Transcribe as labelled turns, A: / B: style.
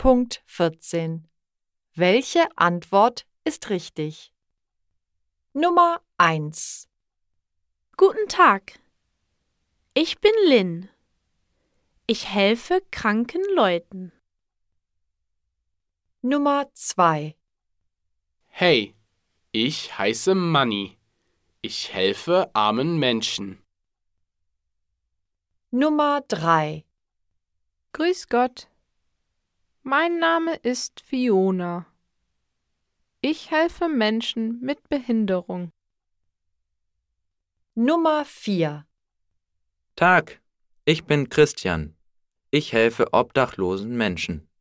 A: 10.14 Welche Antwort ist richtig? Nummer 1
B: Guten Tag. Ich bin Lynn. Ich helfe kranken Leuten.
A: Nummer 2
C: Hey, ich heiße Manny. Ich helfe armen Menschen.
A: Nummer 3
D: Grüß Gott. Mein Name ist Fiona. Ich helfe Menschen mit Behinderung.
A: Nummer 4
E: Tag, ich bin Christian. Ich helfe obdachlosen Menschen.